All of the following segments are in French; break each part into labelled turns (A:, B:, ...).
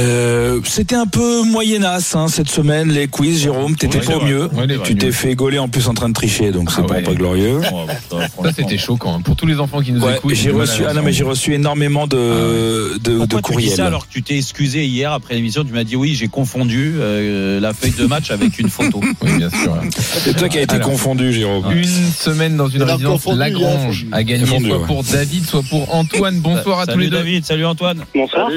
A: Euh, c'était un peu moyenasse hein, cette semaine les quiz Jérôme t'étais
B: Ouais,
A: pas au
B: c'est
A: mieux
B: vrai. Ouais, c'est vrai,
A: tu t'es
B: mieux.
A: fait gauler en plus en train de tricher donc c'est
B: Ah
A: pas,
B: ouais.
A: pas glorieux
B: Ça, c'était choquant. hein. Pour tous les enfants qui nous
A: Ouais,
B: écoutent,
A: j'ai
B: du mal à
A: reçu
B: la Ah
A: ah non mais j'ai
B: raison.
A: reçu énormément de de, de
C: Pourquoi tu dis
A: courriels
C: ça alors que tu t'es excusé hier après l'émission Tu m'as dit oui, j'ai confondu euh, la feuille de match avec une photo.
B: Oui, bien sûr.
A: c'est toi qui as été
B: Alors. Ah.
A: confondu Jérôme
B: Une semaine dans une
D: Non,
B: résidence
D: confondu,
B: Lagrange
D: hein,
B: a gagné
A: Confondu,
B: soit
A: ouais.
B: pour David, soit pour Antoine. Bonsoir à
C: Salut
B: tous les deux. David.
C: David, salut Antoine.
E: Bonsoir.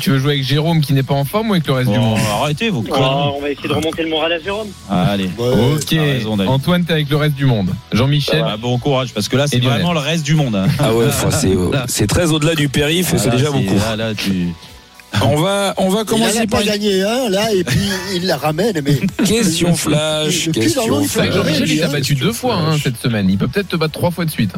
B: tu veux jouer avec Jérôme qui n'est pas en forme ou avec le reste du
C: Bon,
B: monde
C: arrêtez vos
E: Ah,
C: conneries.
E: on va essayer de remonter le moral à Jérôme.
C: Allez.
D: Ouais.
B: Ok.
C: t'as raison, David.
B: Antoine, t'es avec le reste du monde. Jean-Michel.
C: Ah, bon courage parce que là c'est
B: Lionel.
C: vraiment le reste du monde. hein.
A: ah ouais enfin, c'est c'est très au-delà du périph et c'est
C: Ah, là,
A: déjà beaucoup
C: là, là, tu-
B: euh,
A: on va on va
D: Il
A: commencer
D: n'a
A: par
D: pas
A: une
D: gagné un, là, et puis il la ramène, mais.
A: question flash
D: Le cul dans
A: question
D: l'eau, il faut
B: Enfin,
A: flash
B: Jean-Michel, il t'a
D: Ouais,
B: battu deux fois hein, cette semaine. Il peut peut-être te battre trois fois de suite.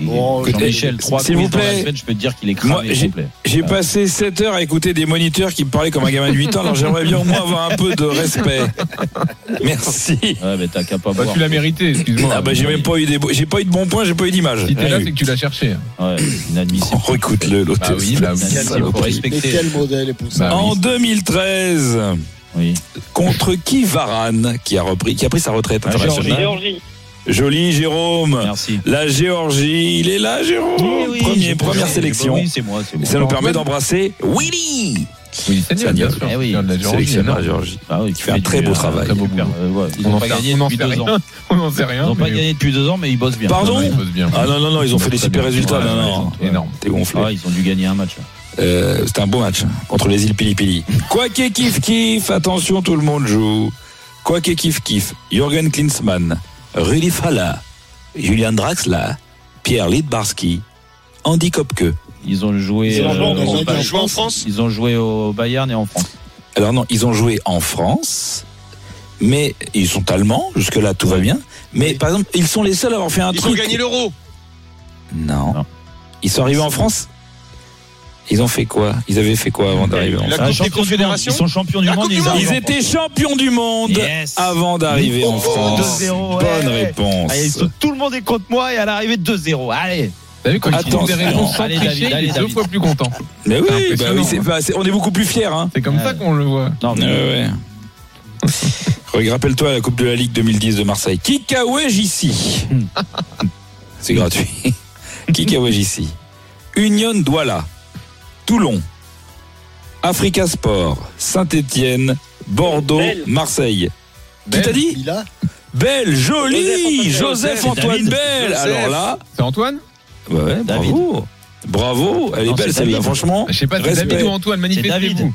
D: Bon,
C: Jean-Michel,
A: écoutez,
C: trois
A: s'il
C: quiz
A: vous
C: dans la
A: plaît.
C: semaine, je peux te dire qu'il est
A: Moi,
C: cramé, s'il vous plaît.
A: J'ai passé 7 heures à écouter des moniteurs qui me parlaient comme un gamin de 8 ans, alors j'aimerais bien au moins avoir un peu de respect. Merci.
C: Ouais, mais t'as qu'à pas
B: Bah,
C: boire.
B: tu l'as mérité, excuse-moi.
A: Ah bah j'ai même pas eu des j'ai pas eu de bons points, j'ai pas eu d'image.
B: Si t'es là,
A: Ouais.
B: c'est que tu l'as cherché.
C: Ouais, inadmissible.
A: Oh, écoute-le l'autre.
B: Bah oui, bah oui.
C: Quel-
B: ça,
C: faut
D: Mais
C: respecter.
D: quel modèle est pour ça
B: Bah
A: En
B: oui.
A: 2013,
C: Oui.
A: contre qui Varane qui a repris qui a pris sa retraite
C: Ah,
A: internationale
E: Géorgie.
A: Joli Jérôme.
C: Merci.
A: La Géorgie, il est là Jérôme. Premier- première sélection.
C: Oui, c'est moi, c'est moi.
A: Ça nous permet d'embrasser Willy.
B: Oui, c'est bien,
A: Sadio.
B: bien sûr.
C: Eh oui.
B: Il y en a de la Géorgie,
A: Sélectionneur
B: énorme.
A: Géorgie.
C: Ah oui,
A: Qui fait un très beau travail.
B: Très beau
C: Super,
B: boulot.
C: euh, ouais, Ils
B: On
C: n'ont
B: en
C: pas
B: sait-
C: gagné
B: on en
C: depuis
B: sait
C: deux
B: rien.
C: ans.
B: On n'en sait rien.
C: Ils n'ont pas
B: mais-
C: gagné depuis deux ans, mais ils bossent bien.
A: Pardon
B: Ouais, ils bossent bien.
A: Ah non non non, ils ont fait des super résultats.
B: Ouais,
A: Non non.
B: ouais, Énorme.
A: T'es gonflé.
C: Ah, ils ont dû gagner un match.
A: Euh, c'était un beau match hein, contre les îles Pilipili. Quoi qu'il kiff kiff, attention tout le monde joue. Quoi qu'il kiff kiff, Jürgen Klinsmann, Rudi Fala, Julian Draxler, Pierre Lidbarski, Andy Kopke.
C: Ils ont joué.
D: Ils ont
C: euh,
D: joué en-
C: au-
D: ils ont joué en
E: France.
C: Ils ont joué au Bayern et en France.
A: Alors non, ils ont joué en France, mais ils sont allemands, jusque-là tout va bien. Mais par exemple, ils sont les seuls à avoir fait un truc.
E: l'euro.
A: non.
C: Non.
A: Ils sont arrivés en France ils ont fait quoi Ils avaient fait quoi avant d'arriver en
E: La
A: France
E: Coupe
C: champions du
E: des
C: monde,
E: Confédérations
C: Ils sont champions du
E: La
C: monde.
E: Coupe du
C: ils
E: Monde.
C: arrivent
A: Ils
C: en France.
A: étaient champions du monde
C: Yes.
A: avant d'arriver en
C: Oh,
A: France.
C: 2-0, ouais. Ah,
A: Bonne réponse.
C: Allez, tout- tout le monde est contre moi et à l'arrivée de 2-0. Allez.
B: T'as vu, quand il trouve des
A: Attention.
B: réponses sans
C: Allez,
B: tricher,
C: David,
B: il
C: allez,
B: est deux
C: David.
B: fois plus content.
A: Mais oui, bah
B: C'est impressionnant.
A: oui, c'est- bah, c'est- on est beaucoup plus fiers. Hein.
B: C'est comme ça
C: Ouais.
B: qu'on le voit.
C: Non, Ah, mais-
A: Regarde, Euh, Rappelle-toi la Coupe de la Ligue 2010 de Marseille. Kikawej ici. c'est gratuit. Kikawej ici. Union Douala, Toulon, Africa Sport, Saint-Étienne, Bordeaux,
E: Belle.
A: Marseille. Qui
B: Belle.
A: t'a dit
D: Il a
A: Belle, jolie
C: Joseph
A: Joseph-Antoine
C: David.
A: Belle. Alors là,
B: C'est Antoine Bah,
A: Ouais, ouais,
C: David.
A: bravo. Bravo, elle est
C: Non,
A: belle
C: c'est
A: celle-là,
C: David.
A: franchement.
B: Je sais pas, c'est
A: Respect.
B: David ou Antoine, manifestez-vous.
C: David.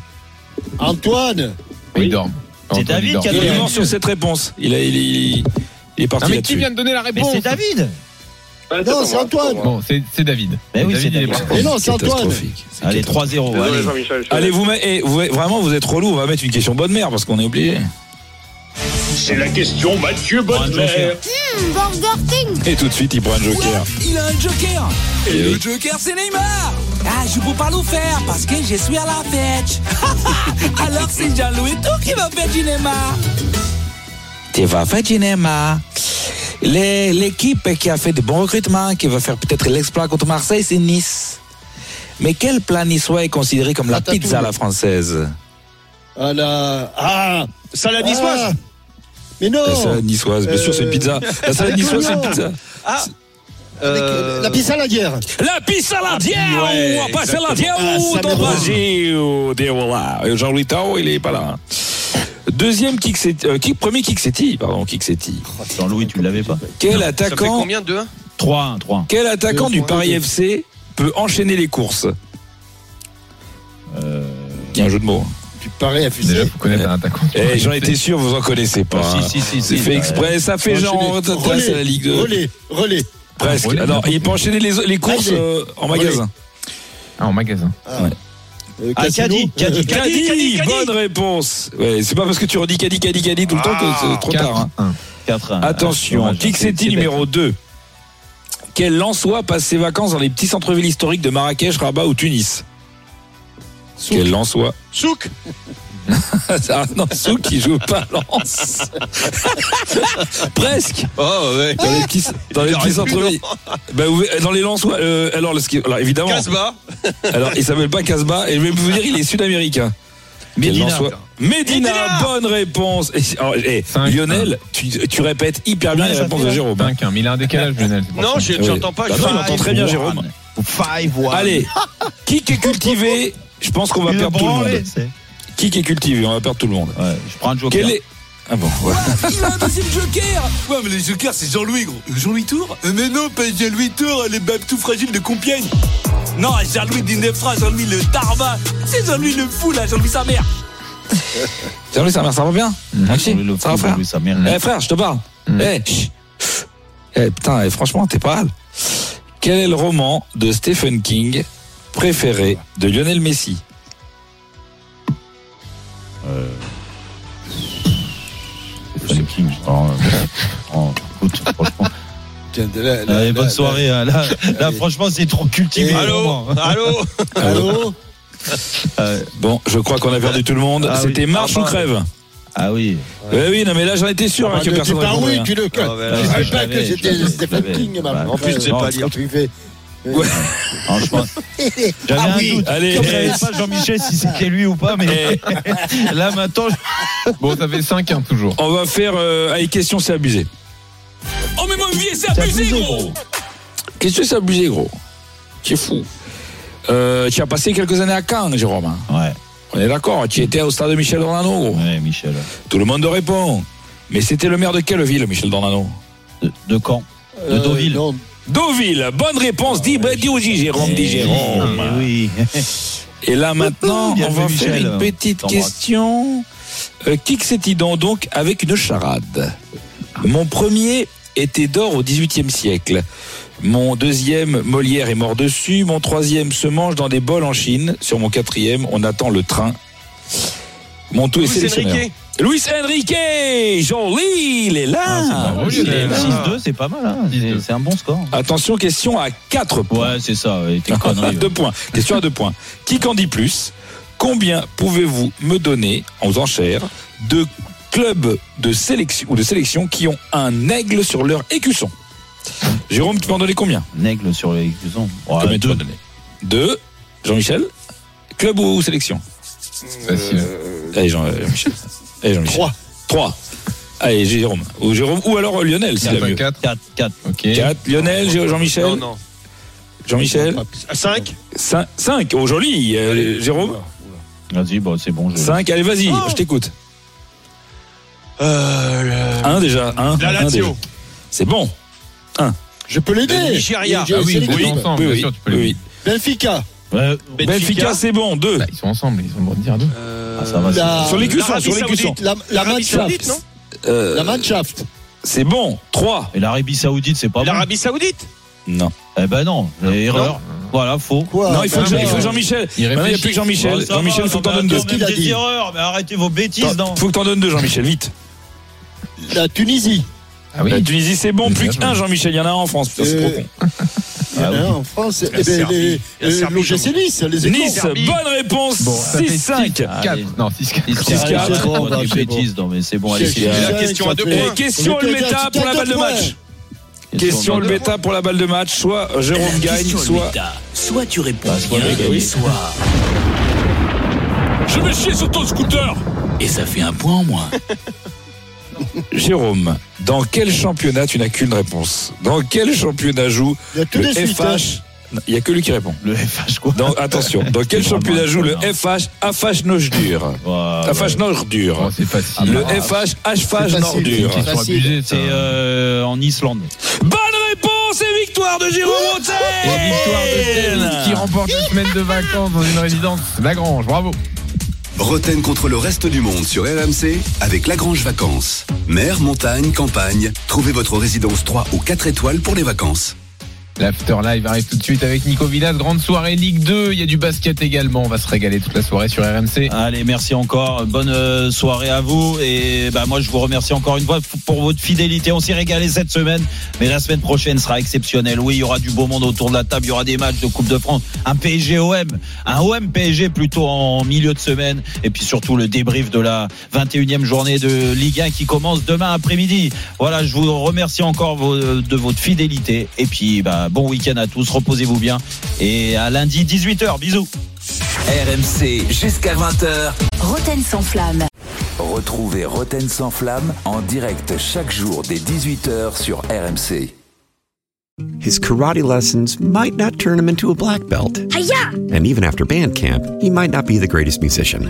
D: Antoine
B: Oui, Il dort. Antoine, il
C: David
B: dort.
C: qui a
A: Il
C: donné
A: est mort sur cette réponse. Il, a, il, est- il est
B: Non,
A: parti
B: mais qui
A: là-dessus.
B: vient de donner la
C: Mais
B: réponse
C: c'est David.
D: Ah, Non, c'est Antoine
B: Bon, c'est c'est David.
C: Mais oui, c'est
B: il est
C: David.
B: mort.
D: Mais non, c'est Antoine
A: Catastrophique. C'est
C: Allez,
A: catastrophique.
C: 3-0. allez.
A: Allez, vous, met- eh, vous- vraiment, vous êtes trop lourd. On va mettre une question bonne mère parce qu'on est obligé.
F: C'est la question Mathieu
C: Pour un joker.
F: Bonnemer.
A: Et tout de suite, il prend un joker.
G: Il a un joker
A: Et
G: Et
A: oui.
G: le joker, c'est Neymar Ah, je peux pas le faire parce que je suis à la fête Alors c'est Jean-Louis tout qui va faire du Neymar
A: Tu vas faire du Neymar. Les- L'équipe qui a fait de bons recrutements, qui va faire peut-être l'exploit contre Marseille, c'est Nice. Mais quel plat niçois est considéré comme la
D: Ratatouille.
A: pizza à la française
D: Ah la. Ah
E: Salade
D: Ah. Mais
A: La
D: non
A: salade niçoise, bien sûr, c'est une pizza. La salade niçoise, c'est une pizza. Euh,
D: Avec euh, La pizza à la guerre
A: La pizza la dière, la pizza la dière
D: Ah, ça
A: do
D: me revient.
A: Brasil, Diego là. Et Jean-Louis Tao, il est pas là. hein. Deuxième kick, premier kick pardon, kick
C: Jean-Louis, tu l'avais pas.
A: Quel attaquant,
C: 3-1, 3-1.
A: quel attaquant du Paris FC peut enchaîner les courses Euh, Il y a un jeu de mots. hein.
D: Tu parais à
B: Déjà,
D: fusil
B: faut connaître un attaquant.
A: Eh, j'en étais sûr, vous en connaissez pas.
C: Ah,
A: hein.
C: si, si, si,
A: C'est
C: si.
A: fait exprès, ça fait genre,
D: Relais,
A: c'est la Ligue 2.
D: Relais, relais
A: Presque.
B: Relais,
A: euh, Alors, il peut enchaîner les, les courses
D: Relais.
A: euh, en magasin.
B: Ah, en magasin.
D: euh,
C: Ah,
D: Casino.
C: Caddy, Caddy, Caddy,
A: Caddy,
C: Caddy, Caddy.
A: bonne réponse. Ouais, c'est pas parce que tu redis Caddy, Caddy, Caddy tout le temps que c'est trop tard. hein.
C: 4 Ah,
A: Attention, Tixetti numéro 2. Quel Lensois passe ses vacances dans les petits centres-villes historiques de Marrakech, Rabat ou Tunis Quel Lensois
F: Souk
A: Ah non, Souk qui joue pas Lens. Presque.
B: Oh, ouais.
A: Dans les petits, dans les
B: Il
A: petits
B: aurait pu,
A: centres-villes. Bah, vous- dans les Lensois. euh, alors, le ski- alors, évidemment.
B: Casbah.
A: Alors, il s'appelle pas Casbah. Et je vais vous dire, il est sud-américain. Quel
C: Medina.
A: Lensois Medina, bonne réponse. Et- alors, eh,
B: Cinq,
A: Lionel, tu, tu répètes hyper bien
C: Ouais,
A: les
C: ça
A: réponses
C: fait,
A: de
C: ouais.
A: Jérôme. hein.
B: 5 mais il a un décalage, Lionel. c'est pour
F: Non,
B: ça.
F: je
A: Ah oui.
F: n'entends pas.
A: Bah
F: je-
A: non, il entend très bien Jérôme.
C: Five, one.
A: Allez, qui est cultivé Je pense qu'on va
C: Une
A: perdre tout le
C: branlée,
A: monde.
C: c'est-
A: Qui est cultivé On va perdre tout le monde.
C: Ouais, je prends un joker.
A: Quel est Ah bon. ouais.
G: Il a aussi le Joker Ouais, mais le Joker, c'est Jean-Louis, gros. Jean-Louis Tour Euh, Mais non, pas Jean-Louis Tour, les babes tout fragiles de Compiègne. Non, Jean-Louis Dinefra, Jean-Louis le Tarba. C'est Jean-Louis le fou, là, Jean-Louis sa mère.
A: Salut, ça va, ça va bien Merci.
C: Le
A: Ça va,
C: fou,
A: frère
C: oui, sa mère.
A: Eh frère, je te parle.
B: Mm.
A: Eh, chut. Eh, putain, eh, franchement, t'es pas mal. Quel est le roman de Stephen King préféré de Lionel Messi
C: Stephen King. Alors, euh, oh, écoute, franchement.
D: Tiens, là, là,
C: Allez,
D: là,
C: bonne
D: là.
C: soirée. hein. Là, là,
D: Allez.
C: franchement, c'est trop cultivé.
D: Et-
C: vraiment.
F: Allô
D: Allô
C: Euh,
A: Bon, je crois qu'on a perdu tout le monde.
C: Ah oui.
A: C'était marche ou crève
C: Ah oui.
A: Eh oui, non, mais là, j'en étais sûr hein,
D: Ah,
A: que
D: ne dis
A: personne
D: pas
A: répondrait,
D: oui,
A: hein.
D: tu le
F: Ah, mais là,
D: Je savais
C: je
D: pas
C: l'avais,
D: que
C: je l'avais,
D: c'était
C: je
D: Stephen
C: l'avais.
D: King,
C: Ouais.
D: maman.
C: En plus,
F: je sais pas dire.
D: Tu fais. euh,
C: Franchement. J'avais
D: Ah
C: un
D: oui.
C: doute.
A: Allez,
C: Je
A: eh,
C: savais pas Jean-Michel si c'était lui ou pas, mais là maintenant, je-
B: Bon, ça fait
C: hein,
B: 5-1 toujours.
A: on va faire. Euh, allez, question, c'est abusé.
G: Oh, mais mon vieux, c'est abusé, gros
A: Question, c'est abusé, gros. Tu es fou. Euh, tu as passé quelques années à Cannes, Jérôme. hein.
C: ouais,
A: On est d'accord. Tu étais au stade de Michel Dornano, gros.
C: ouais, Michel.
A: Tout le monde répond. Mais c'était le maire de quelle ville, Michel Dornano
C: De, de Caen, de
D: Euh,
C: Deauville.
D: non,
A: Deauville. Bonne réponse. Dis, bah, dis aussi, Jérôme. Dis, Jérôme.
C: Eh Oui.
A: Et là, maintenant,
C: Bien
A: on
C: joué,
A: va faire
C: Michel.
A: une petite
C: T'embrasse.
A: question. Euh, Qui que c'est donc, donc avec une charade Mon premier était d'or au XVIIIe siècle. Mon deuxième, Molière, est mort dessus. Mon troisième se mange dans des bols en Chine. Sur mon quatrième, on attend le train. Mon tout est sélectionneur. Luis Enrique Joli, il est
C: Ah, c'est
A: là
C: pas mal.
B: oui, il est là.
C: 6-2, c'est pas mal. hein. C'est- C'est un bon score.
A: Attention, question à 4 points.
C: Ouais, c'est ça. ouais, tes conneries, ouais.
A: deux points. Question à deux points. Qui qu'en dit plus Combien pouvez-vous me donner aux enchères de clubs de sélection ou de sélection qui ont un aigle sur leur écusson Jérôme, tu peux en donner combien
C: Nègle sur les cuisons. Ouais,
A: Combien tu peux
C: deux.
A: en donner Deux. Jean-Michel Club ou, ou sélection
B: Facile.
A: Allez, Jean- euh, Jean-Michel. Allez, Jean-Michel.
D: Trois.
A: Trois. Allez, Jérôme. Ou, Jérôme, ou alors euh, Lionel, c'est la mieux.
B: 4
C: 4, 4.
B: Ok.
A: Quatre. Lionel, Jé- Jean-Michel
F: Non, non.
A: Jean-Mimichel
F: 5
A: Cin- Cinq. Oh, joli, euh, Jérôme
C: Vas-y, bon, c'est bon. je-
A: 5, allez, vas-y, je t'écoute. Euh, Un déjà, un.
F: La
A: un
F: Lazio.
A: déjà. C'est bon.
D: Je peux
F: Le
D: l'aider.
F: Nigeria.
D: Il est
B: Ah oui,
D: sélectif.
B: ils sont ensemble, bien sûr, tu peux les-
A: oui.
D: Benfica.
C: Ouais,
A: Benfica, c'est bon, deux.
B: Bah, ils sont ensemble, ils sont bons de dire deux.
C: ah, ça va.
D: Euh, La-
A: Sur les cuissons,
F: l'Arabie
A: sur les
F: Saoudite.
A: cuissons.
D: La, la
F: L'Arabie
D: Mannschaft.
F: Saoudite, non
A: Euh,
D: La Mannschaft.
A: c'est bon, trois.
C: Et l'Arabie Saoudite, c'est pas bon.
F: L'Arabie Saoudite
A: Non.
C: Eh ben non, erreur. Voilà, faux.
F: Oh,
D: Quoi
A: non, il faut,
F: bah
B: non,
A: que je-
B: mais
A: il faut
B: non.
A: Jean-Michel.
B: Il
A: Maintenant, il n'y a plus que
B: réfléchit.
A: Jean-Michel. Jean-Michel, il faut que t'en donnes deux.
D: qu'il a dit
C: des erreurs, mais arrêtez vos bêtises, non
A: T'en- Faut que t'en donnes deux, Jean-Michel, vite.
D: La Tunisie.
B: Ah
A: La
B: oui.
A: Tunisie, c'est bon,
B: Mais
A: plus
B: bien
A: qu'un, Jean-Michel. Il y en a un en France. Putain, c'est
D: Euh,
A: trop con.
D: Il y en a
C: Ah oui.
D: un en France.
F: La
D: Eh ben,
F: Serbie.
D: les-
F: La
D: euh,
F: Serbie,
D: L'OGC Nice, les écrans.
A: Nice, bonne réponse.
B: Bon, ça fait Ah,
A: 6-5.
B: 4. Non, 6 4.
C: Il se
A: Six,
C: carré,
A: quatre.
C: c'est
D: Bon, bah,
C: des
D: c'est
C: bêtises, non mais c'est bon, allez,
D: Six,
C: c'est
D: quatre.
F: La question à deux
D: Ouais.
A: Et
F: points.
A: question
D: On était
A: le
D: à-
A: méta pour la balle de
D: quatre
A: match. Question le bêta pour la balle de match. Soit Jérôme gagne,
H: Question
A: soit.
H: Lumita. Soit tu réponds
A: Bah, soit
H: bien,
A: Lumita, oui.
H: soit.
G: Je vais chier sur ton scooter
H: Et ça fait un point en moins.
A: Jérôme, dans quel championnat tu n'as qu'une réponse Dans quel championnat joue
D: Il y a tout
A: le
D: de suite. hein.
A: FH Non, Il n'y a que lui qui répond.
C: Le FH quoi
A: Dans- attention, dans quel
C: C'est vraiment
A: championnat joue le
C: incroyable. Ah, bah,
A: FH AFH Nosdur
C: Ouais, ouais.
A: AFH
B: Oh,
A: Nordur
B: c'est facile.
A: Le
B: Ah,
A: FH HFH
D: facile.
A: Nordur
B: Ils sont abusés, ça.
C: C'est euh, en Islande.
A: Bonne réponse et victoire de Jérôme Hôtel
B: Et victoire de Tel qui remporte une semaine de vacances dans une résidence Lagrange. Bravo.
E: Bretagne contre le reste du monde sur RMC avec Lagrange Vacances. Mer, montagne, campagne, trouvez votre résidence 3 ou 4 étoiles pour les vacances.
B: L'After Live arrive tout de suite avec Nico Villas. Grande soirée Ligue 2. Il y a du basket également. On va se régaler toute la soirée sur RMC.
C: Allez, merci encore. Bonne euh, soirée à vous. Et bah, moi, je vous remercie encore une fois f- pour votre fidélité. On s'est régalé cette semaine, mais la semaine prochaine sera exceptionnelle. Oui, il y aura du beau monde autour de la table. Il y aura des matchs de Coupe de France. Un PSG-OM. Un OM-PSG plutôt en milieu de semaine. Et puis surtout le débrief de la 21e journée de Ligue 1 qui commence demain après-midi. Voilà, je vous remercie encore vos- de votre fidélité. Et puis, bah, bon week-end à tous. Reposez-vous bien. Et à lundi, 18h. Bisous.
A: RMC jusqu'à 20h.
I: Roten sans flamme.
A: Retrouvez Roten sans flamme en direct chaque jour dès 18h sur RMC.
E: His karate lessons might not turn him into a black belt.
J: Hiya!
E: And even after band camp, he might not be the greatest musician.